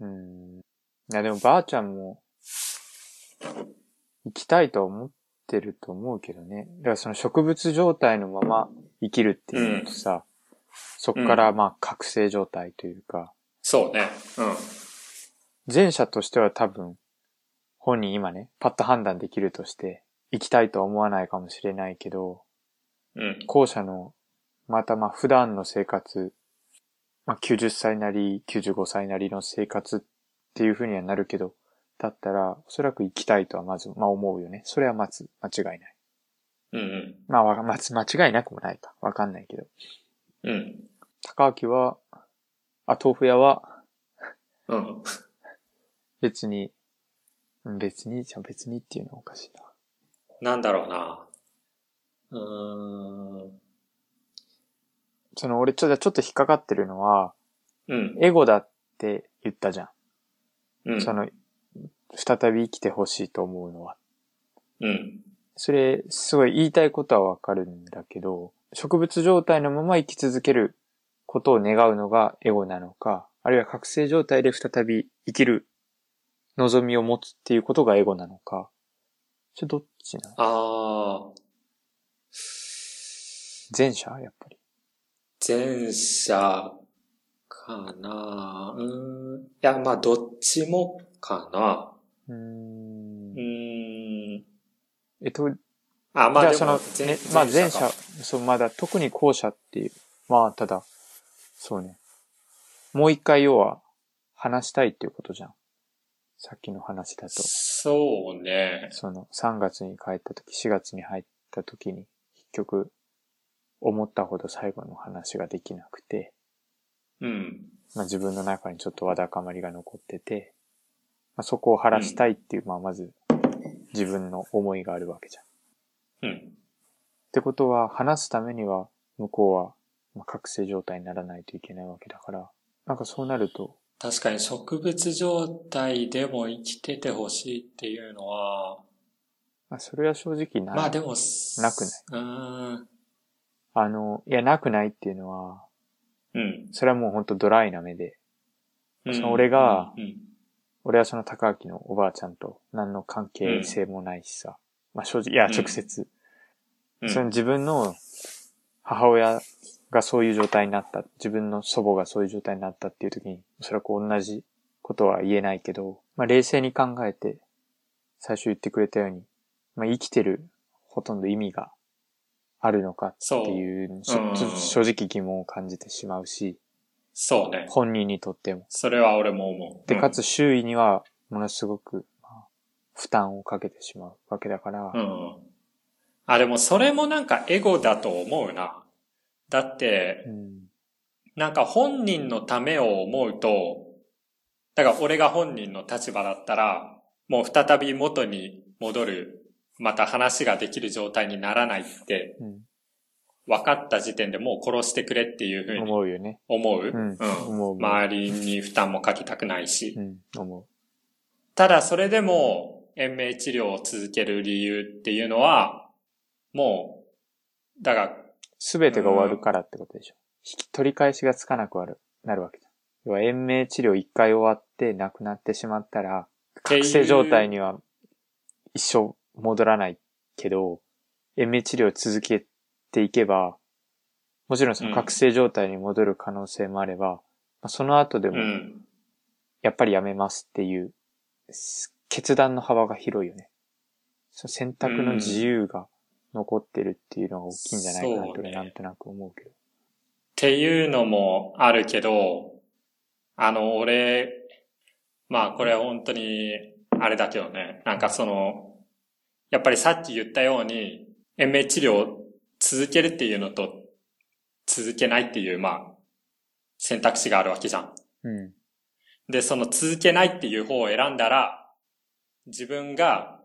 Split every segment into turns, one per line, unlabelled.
うん。いや、でもばあちゃんも、生きたいとは思ってると思うけどね。だからその植物状態のまま生きるっていうのとさ、そっからまあ覚醒状態というか、
そうね。うん。
前者としては多分、本人今ね、パッと判断できるとして、行きたいとは思わないかもしれないけど、
うん。
後者の、またまあ普段の生活、まあ90歳なり、95歳なりの生活っていうふうにはなるけど、だったら、おそらく行きたいとはまず、まあ思うよね。それはまず、間違いない。
うん
まあわ、まず、間違いなくもないか。わかんないけど。
うん。うん。
高明は、あ、豆腐屋は、
うん。
別に、うん別に、じゃあ別にっていうのはおかしいな。
なんだろうな。うーん。
その、俺、ちょっと、ちょっと引っかかってるのは、
うん。
エゴだって言ったじゃん。
うん。
その、再び生きてほしいと思うのは。
うん。
それ、すごい言いたいことはわかるんだけど、植物状態のまま生き続けることを願うのがエゴなのか、あるいは覚醒状態で再び生きる望みを持つっていうことがエゴなのか、それどっちなの
ああ。
前者やっぱり。
前者かな。うーん。いや、まあ、どっちもかな。
うー。
うんーん。
えっと、
あ、まあ、
じゃあその、ね、まあ前者
か、
そう、まだ特に後者っていう、まあただ、そうね。もう一回要は、話したいっていうことじゃん。さっきの話だと。
そうね。
その、3月に帰った時、4月に入った時に、結局、思ったほど最後の話ができなくて、
うん。
まあ自分の中にちょっとわだかまりが残ってて、まあそこを晴らしたいっていう、まあまず、自分の思いがあるわけじゃん。
うん。
ってことは、話すためには、向こうは、まあ、覚醒状態にならないといけないわけだから、なんかそうなると、
確かに植物状態でも生きててほしいっていうのは、
まあ、それは正直ない。
まあでも、
なくないう
ーん。
あの、いや、なくないっていうのは、
うん。
それはもうほんとドライな目で、
うん
その俺が、
うん。
俺はその高明のおばあちゃんと何の関係性もないしさ、まあ正直、いや、
うん
直接、
うん
その自分の母親がそういう状態になった、自分の祖母がそういう状態になったっていう時に、おそらく同じことは言えないけど、まあ冷静に考えて、最初言ってくれたように、まあ生きてるほとんど意味があるのかっていう、ちょっと
うん
正直疑問を感じてしまうし、
そうね。
本人にとっても。
それは俺も思う。
で、
うん
かつ、周囲にはものすごく、まあ、負担をかけてしまうわけだから、
うん。あ、でもそれもなんかエゴだと思うな。だって
う、ん。
なんか本人のためを思うと、だから俺が本人の立場だったら、もう再び元に戻る、また話ができる状態にならないって
うん。
分かった時点でもう殺してくれっていうふうに
思うよね。
思う。
うん思う思う
周りに負担もかけたくないし。
うん。思
ただそれでも延命治療を続ける理由っていうのは、もう、だが、
う。すべてが終わるからってことでしょ。引き取り返しがつかなくなる、なるわけだ。要は延命治療一回終わって亡くなってしまったら、
ていう
覚醒状態には一生戻らないけど、延命治療を続けていけば、もちろんその覚醒状態に戻る可能性もあれば、まあその後で
う
も
ん、
やっぱりやめますっていう、す決断の幅が広いよね。その選択の自由が残ってるっていうのが大きいんじゃないかな
うん
と、
そうね
なんとなく思うけど。
っていうのもあるけど、あの、俺、まあこれ本当に、あれだけどね、なんかその、やっぱりさっき言ったように、延命治療を続けるっていうのと、続けないっていう、まあ、選択肢があるわけじゃん。
うん。
で、その続けないっていう方を選んだら、自分が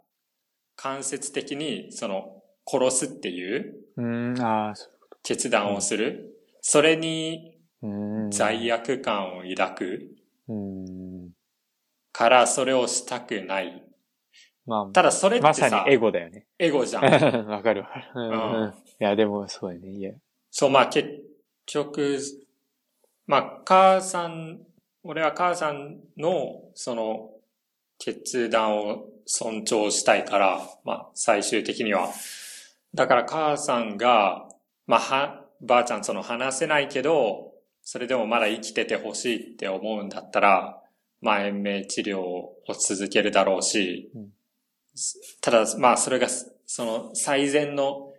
間接的にその殺すっていう
うーん、ああ、そ
決断をする。それに
う。うーん。
罪
悪。
悪感を抱く
うーん。
からそれをしたくない。
まあ、
ただそれって
ま
さ、
さにエゴだよね。
エゴじゃん。
わかるわかる。うんうん。いや、でもそうやね。いや。
そう、まあ結局、まあ母さん俺は母さんの、その、決断を尊重したいから、まあ、最終的には。だから母さんが、まあ、は、ばあちゃんその話せないけど、それでもまだ生きててほしいって思うんだったら、まあ、延命治療を続けるだろうし、
うん
ただ、まあ、それが、その、最善の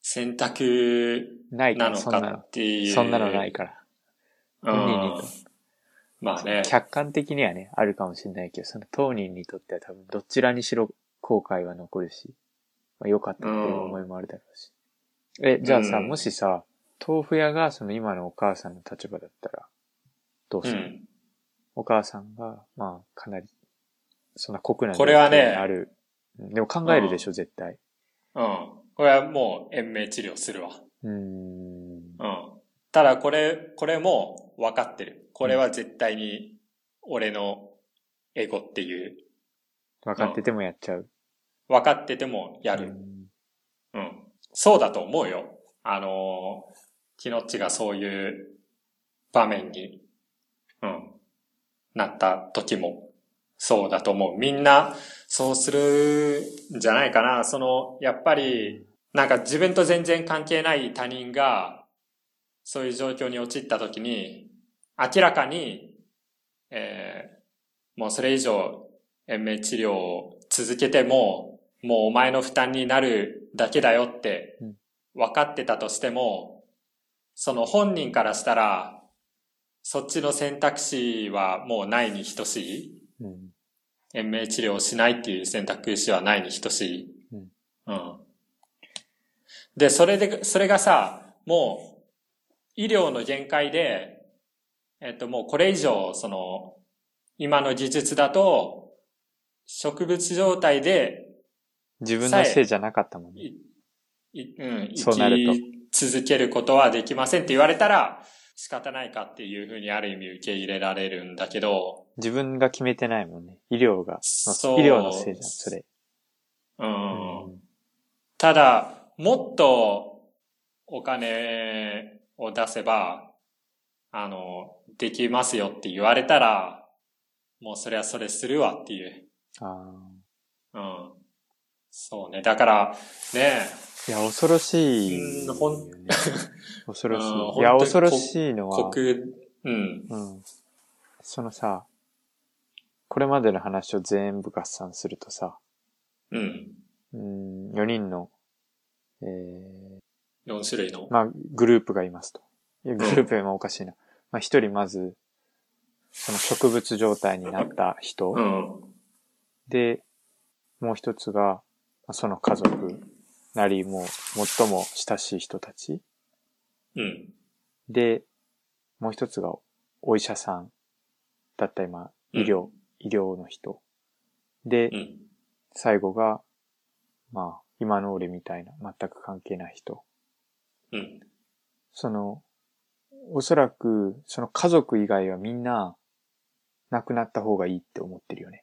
選択
ないから、
なの
そんな
か
の
っ。ていう。
そんなのないから。
うん
本人にと
まあね。
客観的にはね、あるかもしれないけど、その当人にとっては多分どちらにしろ後悔は残るし、まあ、良かったっていう思いもあるだろうし。え、じゃあさ、
うん
もしさ、豆腐屋がその今のお母さんの立場だったら、どう
う
する、
ん。
お母さんが、まあ、かなり、そんな酷な
これはね
状況にある。うんでも考えるでしょ、絶対。
うん。これはもう延命治療するわ。
うーん。
うん。ただこれ、これも分かってる。これは絶対に俺のエゴっていう、
分かっててもやっちゃう。
分かっててもや
う
る。
ん
うん。そうだと思うよ。あのー、キノッチがそういう場面に、うん、なった時も、そうだと思う。みんな、そうするんじゃないかな。その、やっぱり、なんか自分と全然関係ない他人が、そういう状況に陥った時に、明らかに、えーもうそれ以上延命治療を続けても、もうお前の負担になるだけだよって
うん
分かってたとしても、その本人からしたら、そっちの選択肢はもうないに等しい。
うん。
延命治療をしないっていう選択肢はないに等しい。
うん。
で、それで、それがさ、もう、医療の限界で、えっと、もうこれ以上、その、今の技術だと、植物状態で
自分のせいじゃなかったもんね。
い、いうん、
そうなると
生き続けることはできませんって言われたら、仕方ないかっていうふうにある意味受け入れられるんだけど、
自分が決めてないもんね。医療が。
そう
医療のせいじゃん、それ。
うん、ただ、もっとお金を出せば、あの、できますよって言われたら、もうそれはそれするわっていう。
ああ。
うん。そうね。だから、ね
いや、恐ろしいよ
う
ね、
んほん
恐ろし
うん
い。いや、
本当に
恐ろしいのは、
国、うん。
うん。そのさ、これまでの話を全部合算するとさ、
うん。
うん、4人の、えー、
4種類の。
まあ、グループがいますと。いやグループはおかしいな。まあ、一人まず、その植物状態になった人。
うん。
で、もう一つが、まあその家族なり、もう、最も親しい人たち。
うん。
で、もう一つがお医者さんだったり、まあ、医療、医療の人。で、
うん。
最後が、まあ、今の俺みたいな、全く関係ない人。
うん。
その、おそらく、その家族以外はみんな、亡くなった方がいいって思ってるよね。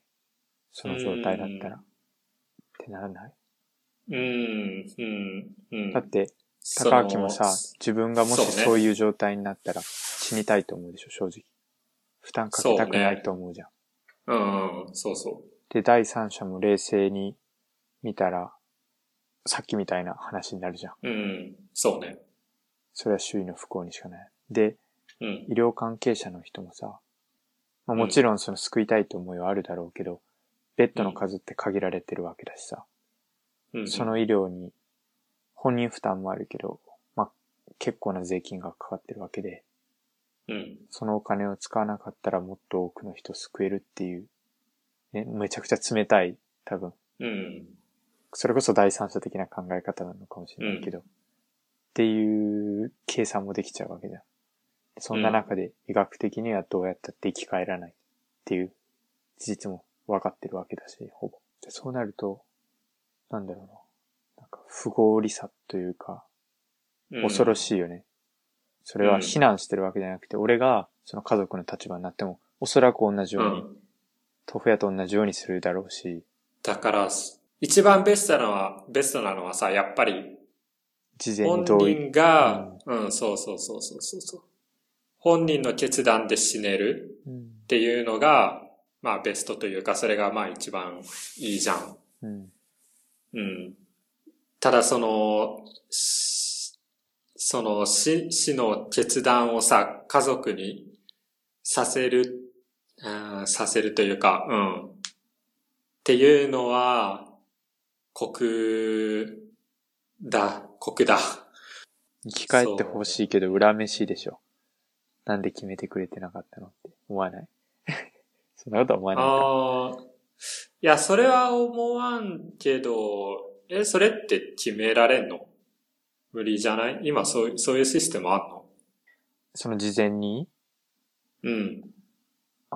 その状態だったら。
う
ってならない
うん。うん。うん。
だって、
その
高明もさ、自分がも
そう
し
ね
そういう状態になったら死にたいと思うでしょ、正直。負担かけたくないと思うじゃん。
うん。そうそ
で、第三者も冷静に見たら、さっきみたいな話になるじゃん。
う。うん。そうね。
それは周囲の不幸にしかない。で、
うん。
医療関係者の人もさ、まあ、もちろんその救いたいと思いはあるだろうけど、ベッドの数って限られてるわけだしさ、
うん。
その医療に本人負担もあるけど、まあ、結構な税金がかかってるわけで、
うん。
そのお金を使わなかったらもっと多くの人を救えるっていう、ね、めちゃくちゃ冷たい、多分。
うん。
それこそ第三者的な考え方なのかもしれないけど、っていう計算もできちゃうわけじゃん。そんな中で医学的にはどうやったって生き返らないっていう事実も分かってるわけだし、ほぼ。でそうなると、なんだろうな。なんか不合理さというか、
うん
恐ろしいよね。それ
う
は
ん
非難してるわけじゃなくて、俺がその家族の立場になっても、おそらく同じように、
うん
豆腐屋と同じようにするだろうし、
だから、一番ベストなのは、ベストなのはさ、やっぱり、
事前
本
に同意。
人が、うん、そうそうそうそうそうそう。本人の決断で死ねる
うん
っ。ていうのが、まあベストというか、それがまあ一番いいじゃん。
うん。
うん。ただその、しその死、死の決断をさ、家族にさせる、うんさせるというか、うん。っていうのは、酷だ、酷だ。
生き返ってほしいけど、恨めしいでしょ。なんで決めてくれてなかったのって思わない。 そんなことは思わないか。
ああ。いや、それは思わんけど、え、それって決められんの無理じゃない今そういう、そういうシステムあんの
その事前に、
うん。
う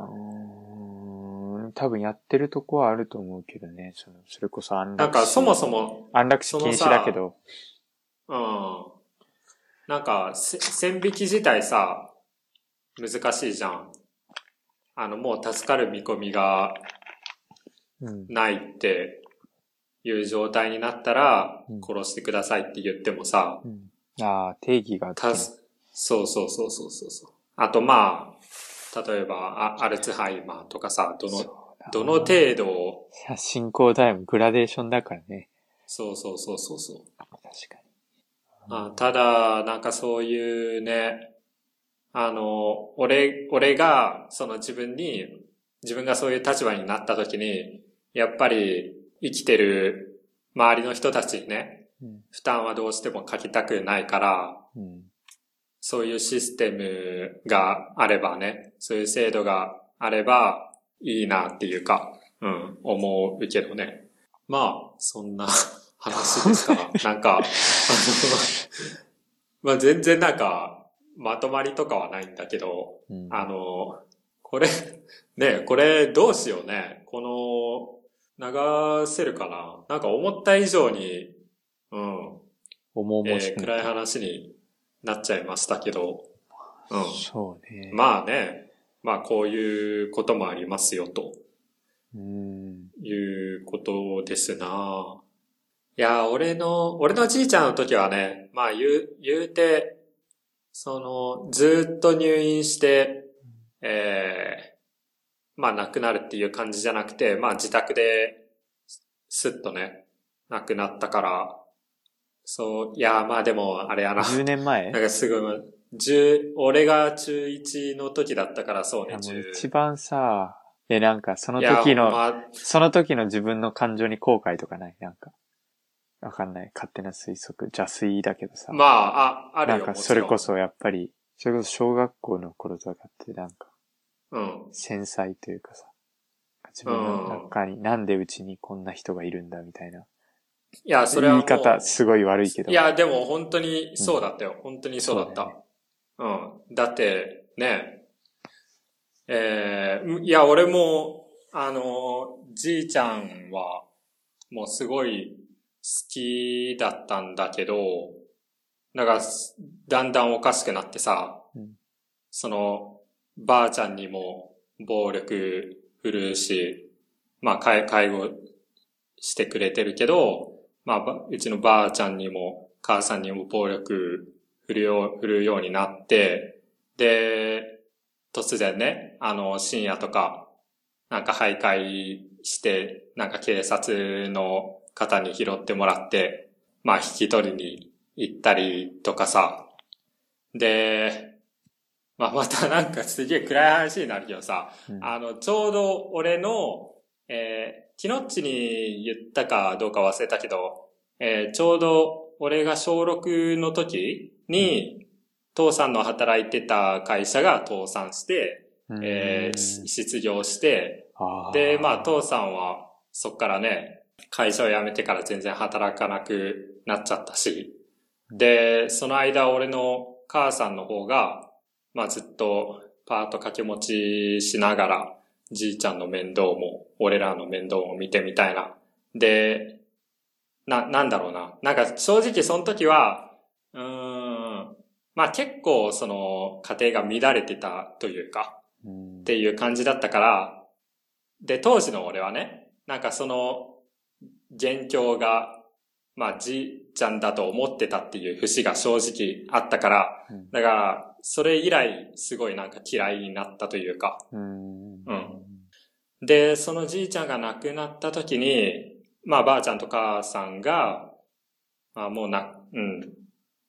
ーん、多分やってるとこはあると思うけどね。そのそれこそ安楽死。
なんかそもそも、
安楽死禁止だけど。
うん。なんか、せ線引き自体さ、難しいじゃん。あの、もう助かる見込みが
うん。
ないっていう状態になったら
うん、
殺してくださいって言ってもさ、
うん、ああ、定義がつけない
たす、そうそうそうそうそうそう。あとまあ、例えば、あアルツハイマーとかさ、どの、
そうだ
どの程度、
いや進行タイム、グラデーションだからね。
そうそうそうそうそう。
確か
あただ、なんかそういうね、あの、俺、俺が、その自分に、自分がそういう立場になった時に、やっぱり生きてる周りの人たちにね、
に。
負担はどうしてもかけたくないから、
うん。うん。
そういうシステムがあればね、そういう制度があればいいなっていうか、うん、思うけどね。まあ、そんな話ですから、なんか、あの まあ全然なんか、まとまりとかはないんだけど、
うん、
あの、これ、ね、これどうしようね。この、流せるかななんか思った以上に、うん、
重
え
々し
ー
く
暗
ない
話になっちゃいましたけど、う
そうね。
ん。まあね、まあこういうこともありますよ、と
うん。
いうことですな。いや、俺の、俺のじいちゃんの時はね、まあ言う、言うて、その、ずーっと入院して、ええまあ亡くなるっていう感じじゃなくて、まあ自宅で、すすっとね、亡くなったから、そう、いや、まあでも、あれやな。
10年前
なんかすごい、十、俺が中1の時だったからそう
い
ね
や、もう
10
一番さ、え、なんかその
いや
時の、
まあ、
その時の自分の感情に後悔とかないなんか。わかんない。勝手な推測。邪推だけどさ。
まあ、あ、ある
な
よ。
んかそれこ
そ。
そやっぱり、それこそ小学校の頃とかってなんか、
うん。
繊細というかさ、自分の中に、なんでうちにこんな人がいるんだみたいな。
いや、それは
言
もう。
い方すごい悪いけど。
いや、でも本当にそうだったよ。本当にそうだった。
そう
うん。だって、ね、えー、いや、俺も、あの、じいちゃんは、もうすごい好きだったんだけど、なんか、すだんだんおかしくなってさ、
うん
その、ばあちゃんにも暴力振るうし、まあ、介介護してくれてるけど、まあば、うちのばあちゃんにも、母さんにも暴力振るよう、振るうようになって、で、突然ね、あの、深夜とか、なんか徘徊して、なんか警察の方に拾ってもらって、まあ、引き取りに行ったりとかさ。で、まあ、またなんかすげえ暗い話になるけどさ、
うん
あの、ちょうど俺の、えー、キノッチに言ったかどうか忘れたけど、えーちょうど俺が小6の時に、父さんの働いてた会社が倒産して、えーし失業して、で、まあ、父さんはそっからね、会社を辞めてから全然働かなくなっちゃったし、で、その間俺の母さんの方が、まあずっとパート掛け持ちしながら、じいちゃんの面倒も、俺らの面倒も見てみたいな。で、な、なんだろうな。なんか正直その時は、うーん、まあ結構その家庭が乱れてたというか、
あー、うん
っていう感じだったから、で、当時の俺はね、なんかその、元凶がまあ、じいちゃんだと思ってたっていう節が正直あったから、
うん
だから、それ以来、すごいなんか嫌いになったというか。
うん。
うんで、そのじいちゃんが亡くなった時に、まあ、ばあちゃんと母さんが、まあ、もうな、うん、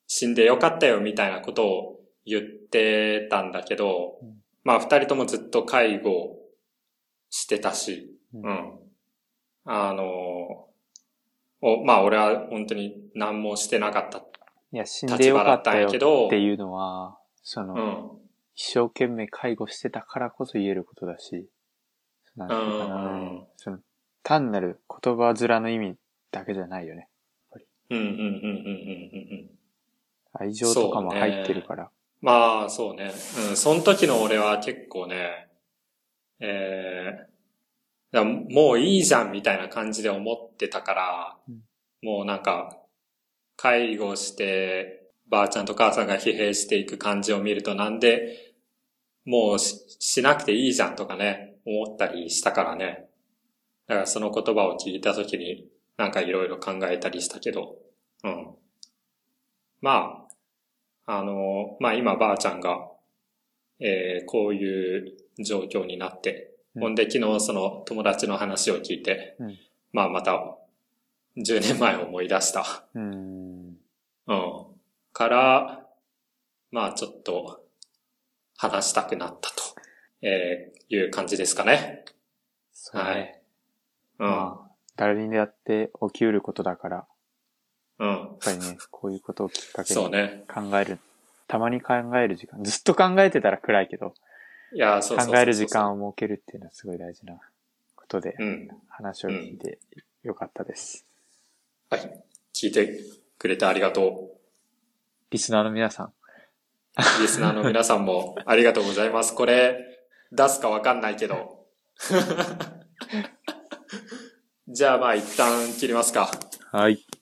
死んでよかったよみたいなことを言ってたんだけど
うん、
まあ、二人ともずっと介護してたし、
う。
うんん。あのお、まあ俺は本当に何もしてなかった
いや、死んで
立
よ
場だ
かっ
っ
たた
んや
よ
け
っ
ど、
ていうのは、その、
うん。
一生懸命介護してたからこそ言えることだし、なんていうかな、
うん
その単なる言葉面の意味だけじゃないよね。
うんうんうんうんうんうんうん。
愛情とかも入ってるから。
まあそうね。うん。その時の俺は結構ね、えー、だからもういいじゃんみたいな感じで思ってたから、
うん
もうなんか、介護して、ばあちゃんと母さんが疲弊していく感じを見るとなんで、もうししなくていいじゃんとかね、思ったりしたからね。だからその言葉を聞いた時に、なんかいろいろ考えたりしたけど、うん。まあ、あの、まあ今ばあちゃんが、えーこういう状況になって、
うん
ほんで昨日その友達の話を聞いて、
うん
まあまた、10年前を思い出した。
うん。
うん。から、まあちょっと、話したくなったと、えーいう感じですかね。
そうね
はい。うん。
まあ、誰にだって起きうることだから、やっ
うん。
ぱりね、こういうことをきっかけに
そうね。
考える。たまに考える時間。ずっと考えてたら暗いけど、
いや、そうそうそうそう
考える時。間を設けるっていうのはすごい大事なことで
う、ん。
話を聞いてよかったです。
はい。聞いてくれてありがとう。
リスナーの皆さん、
リスナーの皆さんも ありがとうございます。これ、出すかわかんないけど。 じゃあまあ一旦切りますか。
はい。